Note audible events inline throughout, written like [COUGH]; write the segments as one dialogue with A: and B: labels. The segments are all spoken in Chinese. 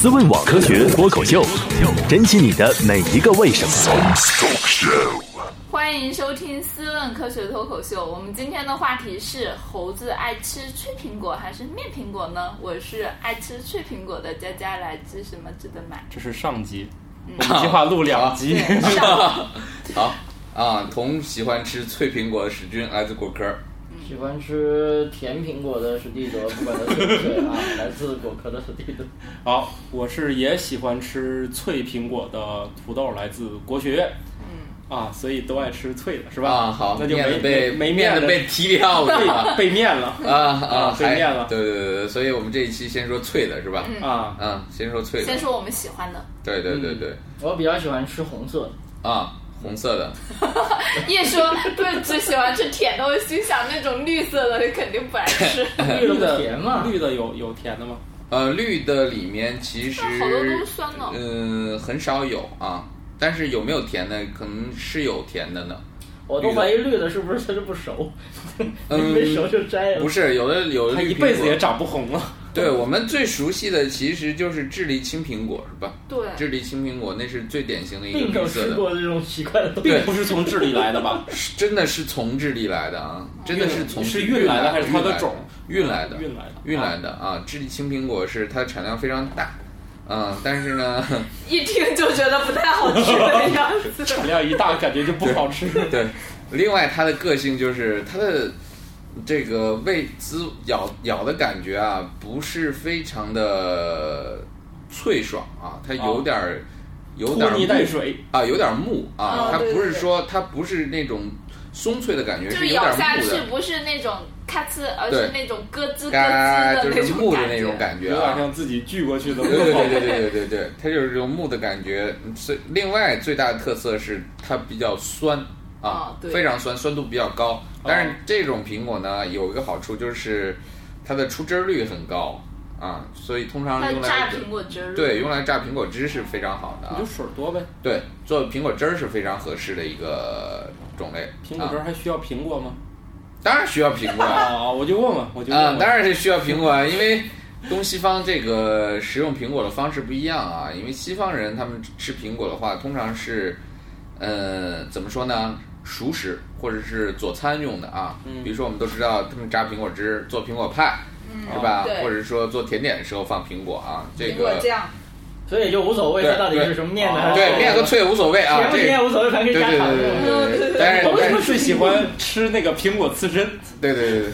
A: 思问网科学脱口秀，珍惜你的每一个为什么。
B: 欢迎收听《思问科学脱口秀》。我们今天的话题是：猴子爱吃脆苹果还是面苹果呢？我是爱吃脆苹果的佳佳，来自什么值得 [LAUGHS] 买？
C: 这是上集，我们计划录两集。
B: 对，上
D: 好啊，同喜欢吃脆苹果的史军来自果壳儿，
E: 喜欢吃甜苹果的史蒂德，不管它脆不脆啊，来自果壳的史蒂德。
C: [LAUGHS] 好，我是也喜欢吃脆苹果的土豆，来自国学院。嗯啊，所以都爱吃脆的是吧？
D: 啊，好，
C: 那就
D: 面
C: 没
D: 子被
C: 没没
D: 面
C: 面
D: 子被踢掉了
C: [LAUGHS] 被被面了
D: [LAUGHS] 啊啊，
C: 被
D: 还
C: 面了
D: 对对对对，所以我们这一期先说脆的是吧？
C: 啊！
D: 啊，先说脆
B: 嗯先
D: 的，
B: 说我们喜欢的
D: 对对对对
E: 我比较喜欢吃
D: [LAUGHS]
E: 红色的，
C: 嗯
D: 啊，红色的，
B: 叶说，对，只喜欢吃甜的。我心想，那种绿色的肯定不爱吃。 [LAUGHS]
E: 绿的
C: 绿
E: 不
C: 的
E: 甜吗？
C: 绿的有有甜的吗？
D: 呃，绿的里面其实
B: 好多都是酸的
D: 嗯，很少有啊，但是有没有甜的，可能是有甜的呢。
E: 我都怀疑绿的是不是它是不熟，
D: 嗯
E: 没熟就摘了。
D: 不是，有的有的
C: 它
D: 绿
C: 一
D: 苹
C: 辈子
D: 果
C: 也长不红了。
D: 对我们最熟悉的其实就是智利青苹果，是吧？
B: 对
D: 智利青苹果那是最典型的一
E: 并没
D: 个
E: 有
D: 绿色
E: 吃
D: 的，
E: 过这种奇怪的东西。
C: [LAUGHS] 并不是从智利来的吧？
D: 是真的是从智利来的啊， [LAUGHS] 真的是从
C: 是
D: 运
C: 运来的还是它
D: 的
C: 的种？
D: 运来的，
C: 运来的
D: 运来的啊！智利青苹果是它产量非常大，嗯，但是呢， [LAUGHS]
B: 一听就觉得不太好吃的样子。
C: 产啊量一大，感觉就不好吃。
D: 对，另外它的个性就是它的这个味滋咬咬的感觉啊，不是非常的脆爽啊，它有点儿、有点
C: 拖
D: 儿
C: 泥带
D: 木
C: 水，
D: 啊，有点木啊，
B: 哦
D: 它
B: 对
D: 不
B: 对
D: 是
B: 对
D: 说它不是那种松脆的感觉，
B: 就是是
D: 有点
B: 咬下
D: 木
B: 去
D: 的，
B: 不是那种咔呲，而是那种咯吱咯吱
D: 嘎
B: 的
D: 就是木的那
B: 那
D: 种
B: 种
D: 感觉
C: 有点
D: 啊。
C: 像自己锯过去的
D: 对对
C: 木头
D: 对对对对
C: [LAUGHS]
D: 对对，它就是这种木的感觉。最另外最大的特色是它比较酸啊
B: 哦，对
D: 非常酸，酸度比较
C: 哦
D: 高。但是这种苹果呢，有一个好处就是它的出汁儿率很高啊，所以通常
B: 它
D: 用
B: 榨
D: 来
B: 苹果汁儿。
D: 对用来榨苹果汁是非常好的
C: 你
D: 啊
C: 就。水多呗。
D: 对，做苹果汁儿是非常合适的一个种类。
C: 苹果
D: 啊
C: 汁儿还需要苹果吗？
D: 当然需要苹果 [LAUGHS] 啊，
C: 啊，我就问问，我就问
D: 啊
C: 问。
D: 当然是需要苹果啊，因为东西方这个食用苹果的方式不一样啊。因为西方人他们吃苹果的话，通常是，呃，怎么说呢？熟食或者是佐餐用的啊，比如说我们都知道他们榨苹果汁做苹果派，是吧？
B: 对
D: 或者说做甜点的时候放苹果啊，这
B: 苹果
D: 个
B: 酱，
E: 所以就无所谓
D: 对
E: 它到底是什么面的还是
D: 对
E: [LAUGHS]
D: 面和脆无所谓啊，
E: 甜不
D: 这个
E: 甜无所谓，反正
D: 对
E: 可
D: 对
E: 以加糖。
D: 对对对，但是
C: 我为
D: 但
C: 什
D: 是
C: 么最喜欢吃那个苹果刺身？
D: 对对对对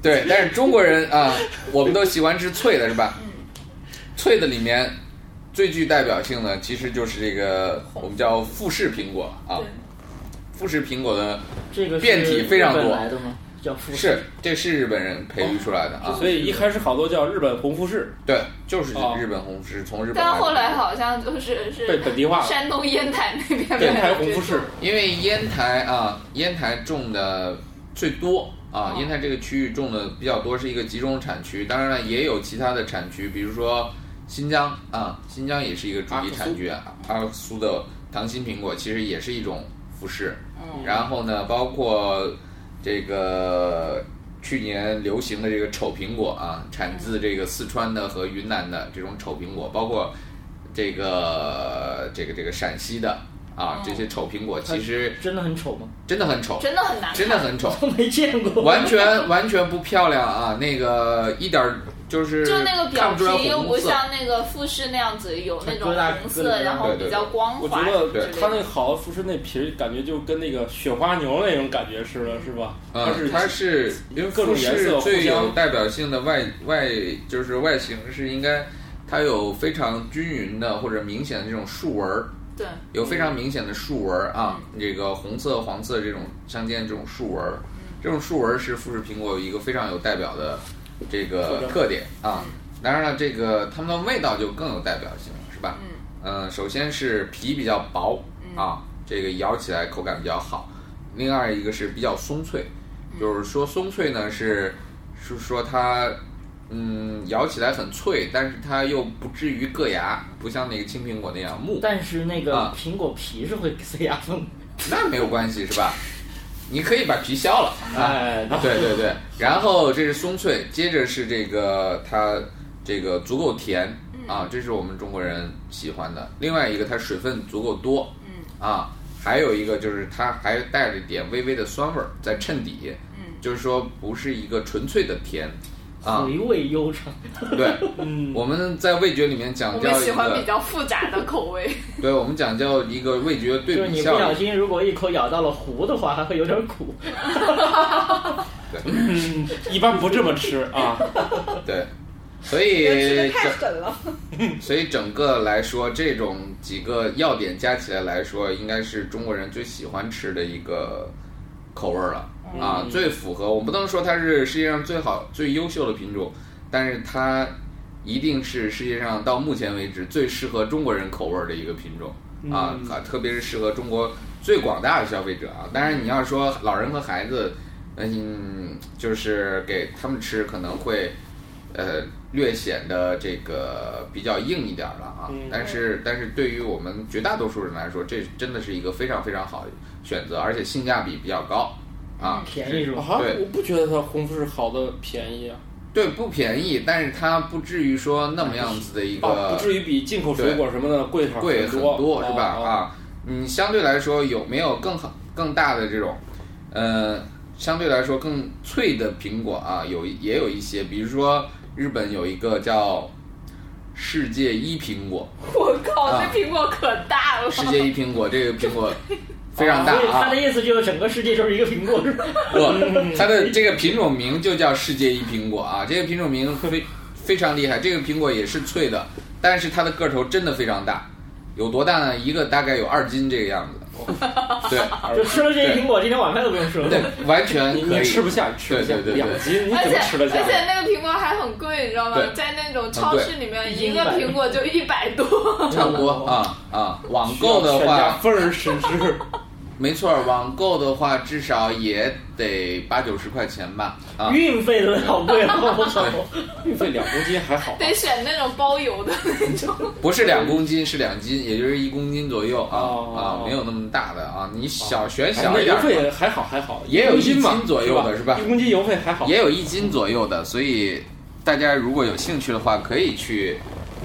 D: 对，但是中国人啊，我们都喜欢吃脆的，是吧？脆的里面最具代表性的其实就是这个我们叫富士苹果啊
B: 对，
D: 富士苹果的
E: 这个是
D: 变体非常多
E: 日本来的吗？叫富士
D: 是这是日本人培育出来的啊，
C: 所以一开始好多叫日本红富士，
D: 对，就是
C: 哦
D: 日本红是从日本
B: 但
D: 的
B: 后来好像就是是
C: 被本地化了
B: 山东烟台那边
C: 烟台红
B: 富
C: 富士，
D: 因为烟台啊，烟台种的最多啊
B: 哦，
D: 烟台这个区域种的比较多，是一个集中产区。当然了，也有其他的产区，比如说新疆啊，新疆也是一个主
C: 阿
D: 力
C: 克苏
D: 产区。阿克苏的糖心苹果其实也是一种服饰。
B: 嗯
D: 然后呢，包括这个去年流行的这个丑苹果啊，产自这个四川的和云南的这种丑苹果，包括这个这个这个陕西的
B: 哦
D: 啊，这些丑苹果其实
E: 真的很丑吗？ [LAUGHS]
D: 真的很丑，
B: 真的很难看，
D: 真的很丑，
E: 我没见过。
D: 完全完全不漂亮啊，那个一点儿就是
B: 就那个
D: 看
B: 表
D: 不出来
B: 皮又
D: 红
B: 不
D: 色。
B: 像那个富士那样子有那种
E: 疙瘩
B: 红
E: 疙瘩
B: 色，然后
D: 对对
B: 比较光
C: 我
B: 滑
C: 觉
B: 之类
C: 得
B: 的。
D: 对
C: 它那个好富士那皮儿感觉就跟那个雪花牛那种感觉似的，是吧？它
D: 嗯，
C: 是
D: 它是因为
C: 各种
D: 富士
C: 颜色互
D: 最有
C: 相
D: 代表性的外外就是外形是应该它有非常均匀的或者明显的这种竖纹儿，
B: 对，
D: 有非常明显的竖纹儿啊，
C: 嗯
D: 这个红色、黄色这种相间这种竖纹儿，这种竖纹儿是富士苹果有一个非常有代表的这个特点
C: 嗯
D: 啊。当然了，这个它们的味道就更有代表性了，是吧？嗯、首先是皮比较薄啊，这个咬起来口感比较好。另外一个是比较松脆，就是说松脆呢是是说它嗯咬起来很脆，但是它又不至于硌牙，不像那个青苹果那样木。
E: 但是那个
D: 啊
E: 苹果皮是会塞牙缝的。
D: 那没有关系是吧？你可以把皮削了。
E: 哎，
D: 啊 [LAUGHS] 对对对，
B: 嗯
D: 然后这是松脆，接着是这个它这个足够甜啊，这是我们中国人喜欢的。另外一个，它水分足够多，
B: 嗯
D: 啊，还有一个就是它还带着一点微微的酸味儿在衬底，
B: 嗯
D: 就是说不是一个纯粹的甜，啊，
E: 回味悠长。
D: 对，
C: 嗯，
D: 我们在味觉里面
B: 我
D: 讲
B: 们
D: 叫一
B: 喜欢比
D: 个，
B: 较复杂的口
C: [LAUGHS]
B: 味，
D: 对我们讲叫一个味觉
E: 就
D: 对
E: 是你
D: 比
E: 不
D: 效
E: 小
D: 应，
E: 心，如果一口咬到了糊的话，还会有点苦。
C: 嗯 [LAUGHS] 一般不这么吃啊。
D: 对，所以
F: 吃的
C: 哎
D: 这
F: 太狠了，
D: 所以整个来说，这种几个要点加起来来说，应该是中国人最喜欢吃的一个口味儿了、啊，最符合。我不能说它是世界上最好、最优秀的品种，但是它一定是世界上到目前为止最适合中国人口味儿的一个品种啊
C: 嗯
D: 啊，特别是适合中国最广大的消费者啊。当然，你要说老人和孩子，嗯，就是给他们吃可能会。呃，略显得这个比较硬一点儿了啊。
C: 嗯
D: 但是，但是对于我们绝大多数人来说，这真的是一个非常非常好的选择，而且性价比比较高啊。
E: 便宜是吧？
C: 啊，
D: 对
C: 我不觉得它红富士好的便宜啊，
D: 对，不便宜，但是它不至于说那么样子的一
C: 啊，
D: 个
C: 不至于比进口水果什么的贵上
D: 贵很
C: 很
D: 多，是吧？
C: 啊，
D: 啊，你相对来说有没有更好、更大的这种，呃，相对来说更脆的苹果啊？有一也有一些，比如说日本有一个叫世界一苹果，
B: 我靠，
D: 啊
B: 这苹果可大了，
D: 世界一苹果，这个苹果非常 [LAUGHS] 大
E: 所以他
D: 啊
E: 哦的！意思就是整个世界就是一个苹
D: [LAUGHS]
E: 果，是吧？
D: 不，它的这个品种名就叫世界一苹果啊，这个品种名非非常厉害，这个苹果也是脆的，但是它的个头真的非常大，有多大呢？一个大概有二斤这个样子，对，
E: 就吃了这些苹果，今天晚饭都不用吃了。
D: 对，完全
C: 你
D: 啊可
C: 你
D: 以
C: 吃不下，你吃不下
D: 对对对对
C: 两斤，你
B: 而
C: 怎
B: 且
C: 么吃得下
B: 而？且那个苹果还很贵，你知道吗
D: 对？
B: 在那种超
C: 嗯
B: 市里面，一个
E: 100
B: 苹果就一百多。
D: 差不多啊啊。网购的话，
C: 分而食之。
D: 没错，网购的话至少也得八九十块钱吧啊。
E: 运费都好贵啊！我操！
C: [LAUGHS] 运费两公斤还好，
B: 得选那种包邮的那种，
D: 不是两公斤，是两斤，也就是一公斤左右啊、
C: 哦
D: 啊，没有那么大的啊。你小选
C: 哎
D: 小
C: 那
D: 一点
C: 邮
D: 儿，
C: 费还好还好，
D: 也有
C: 一斤嘛
D: 一斤左右的是吧
C: 一公斤邮费还好，
D: 也有一斤左右的，所以大家如果有兴趣的话，可以去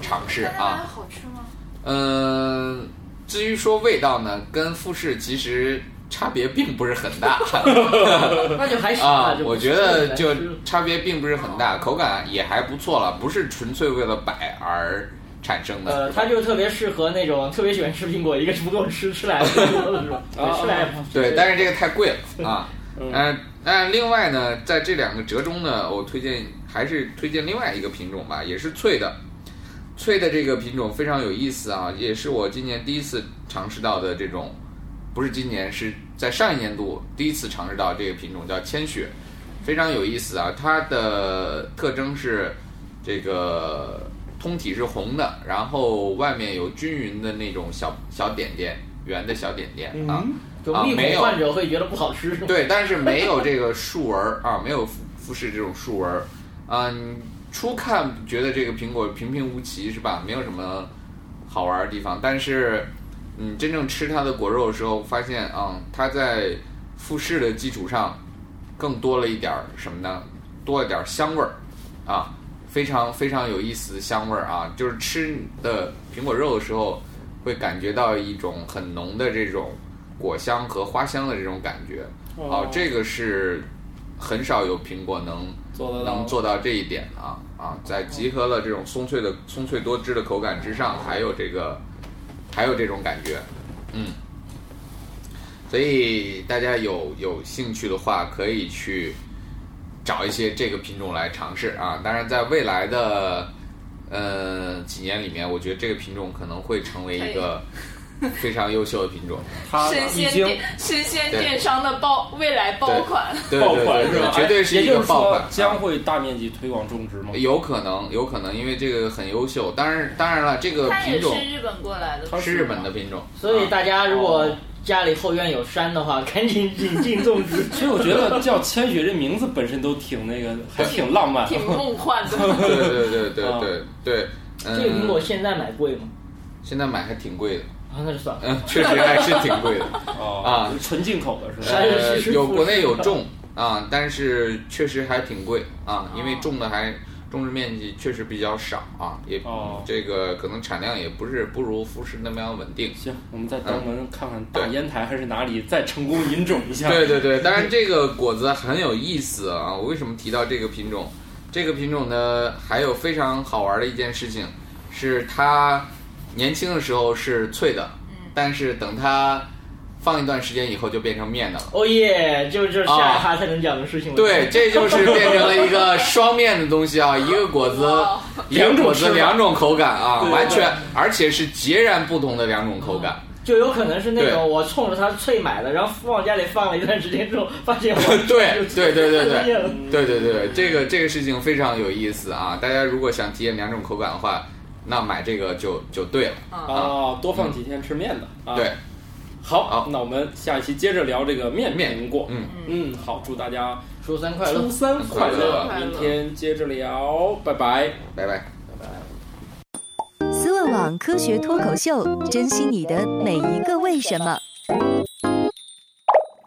D: 尝试啊。
B: 好吃吗？
D: 嗯，至于说味道呢，跟富士其实差别并不是很大
E: 那就还行
D: 啊
E: 啊， [LAUGHS] 就，
D: 我觉得就差别并不是很大，口感也还不错了，不是纯粹为了摆而产生的。
E: 呃，他就特别适合那种特别喜欢吃苹果，一个是不够吃，吃来吃
D: [LAUGHS]
E: 是吧？
C: 啊
E: 对吃来不
D: 对，但是这个太贵了啊。
C: 嗯
D: 嗯，那另外呢，在这两个折中呢，我推荐还是推荐另外一个品种吧，也是脆的。脆的这个品种非常有意思啊，也是我今年第一次尝试到的这种，不是今年，是在上一年度第一次尝试到这个品种叫千雪，非常有意思啊。它的特征是这个通体是红的，然后外面有均匀的那种小小点点，圆的小点点啊。
C: 嗯
E: 就
D: 啊
E: 密
D: 没有
E: 孔患者会觉得不好吃。
D: 对，但是没有这个竖纹儿啊，没有富富士这种竖纹儿啊。你初看觉得这个苹果平平无奇是吧？没有什么好玩儿的地方，但是你真正吃它的果肉的时候，发现啊，它在富士的基础上更多了一点儿什么呢？多了点儿香味儿啊，非常非常有意思的香味儿啊，就是吃的苹果肉的时候，会感觉到一种很浓的这种果香和花香的这种感觉。
C: 哦
D: 啊，这个是很少有苹果能
C: 做得到
D: 能做到这一点啊啊，在集合了这种松脆的松脆多汁的口感之上，还有这个还有这种感觉，嗯。所以大家有有兴趣的话，可以去找一些这个品种来尝试啊。当然，在未来的呃几年里面，我觉得这个品种可能会成为一个
C: [LAUGHS]
D: 非常优秀的品种。
C: 它
B: 生
C: 已
B: 鲜
C: 经
B: 电生鲜
D: 对
B: 电商的爆未来爆款，
D: 对
C: 爆
D: 对
C: 款
D: 对
C: 是吧哎
D: 对？绝对是一
C: 也就
D: 个
C: 是
D: 爆
C: 说
D: 款，啊
C: 将会大面积推广种植吗？
D: 有可能，有可能，因为这个很优秀。当然，当然了，这个
B: 它也
D: 品
B: 是
D: 种
B: 日本过来的。
C: 它
D: 是日本的品种，
E: 所以
D: 啊
E: 大家如果家里后院有山的话，赶紧 [LAUGHS]
D: [LAUGHS]
E: 引进种植。
C: 其实我觉得叫千雪这名字本身都挺那个，还挺浪漫。
B: 挺梦幻
D: [LAUGHS]
B: 的，
D: 对对对对对对，
E: 啊这个苹果
D: 嗯，
E: 现在买贵吗？
D: 现在买还挺贵的， [LAUGHS]
E: 啊，那就算了。
D: 嗯，确实还是挺贵
E: [LAUGHS]
D: 的。
C: 哦
D: 啊
C: 纯进口的是吧？
E: 山
D: 呃，
E: 是是
D: 有
E: 富士啊
D: 国内有种啊，但是确实还挺贵啊，因为种的还种植面积确实比较少啊，也、
C: 哦
D: 这个可能产量也不是不如富士那么样稳定。
C: 行，我们在当门看看大烟台还是哪里，再成功引种一下。
D: 嗯对对对，当然这个果子很有意思啊！我为什么提到这个品种？这个品种呢，还有非常好玩的一件事情，是它年轻的时候是脆的，
C: 嗯
D: 但是等它放一段时间以后就变成面的了。
E: 哦耶，就就是下
D: 啊
E: 一趴才能讲的事情。我
D: [LAUGHS] 对，
E: 觉
D: 这就是变成了一个双面的东西啊，一个果子
B: 哇，
D: 一个果
C: 两种吃
D: 子
C: 法
D: 两种口感啊，
C: 对对
D: 完全而且是截然不同的两种口感。 [LAUGHS]
E: 得就有可能是那
D: 对
E: 种我冲着它脆买的，然后往家里放了一段时间之后，发现我
D: 对对对对
E: [LAUGHS]
D: 对
E: 发现了
D: 对对对，这个这个事情非常有意思啊！大家如果想体验两种口感的话，那买这个就就对了。
B: 嗯
C: 啊，多放几天吃面的。啊、
D: 对，，
C: 好，
D: 好
C: 那我们下一期接着聊这个面
D: 面
C: 苹果。
D: 嗯，
C: 嗯，好，祝大家
E: 初三快乐
C: 初。三快乐
B: 快！乐
C: 明天接着聊，拜拜。
D: 拜拜。
F: 思问网科学脱口秀，珍惜你的每一个为什么。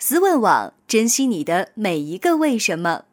F: 思问网，珍惜你的每一个为什么。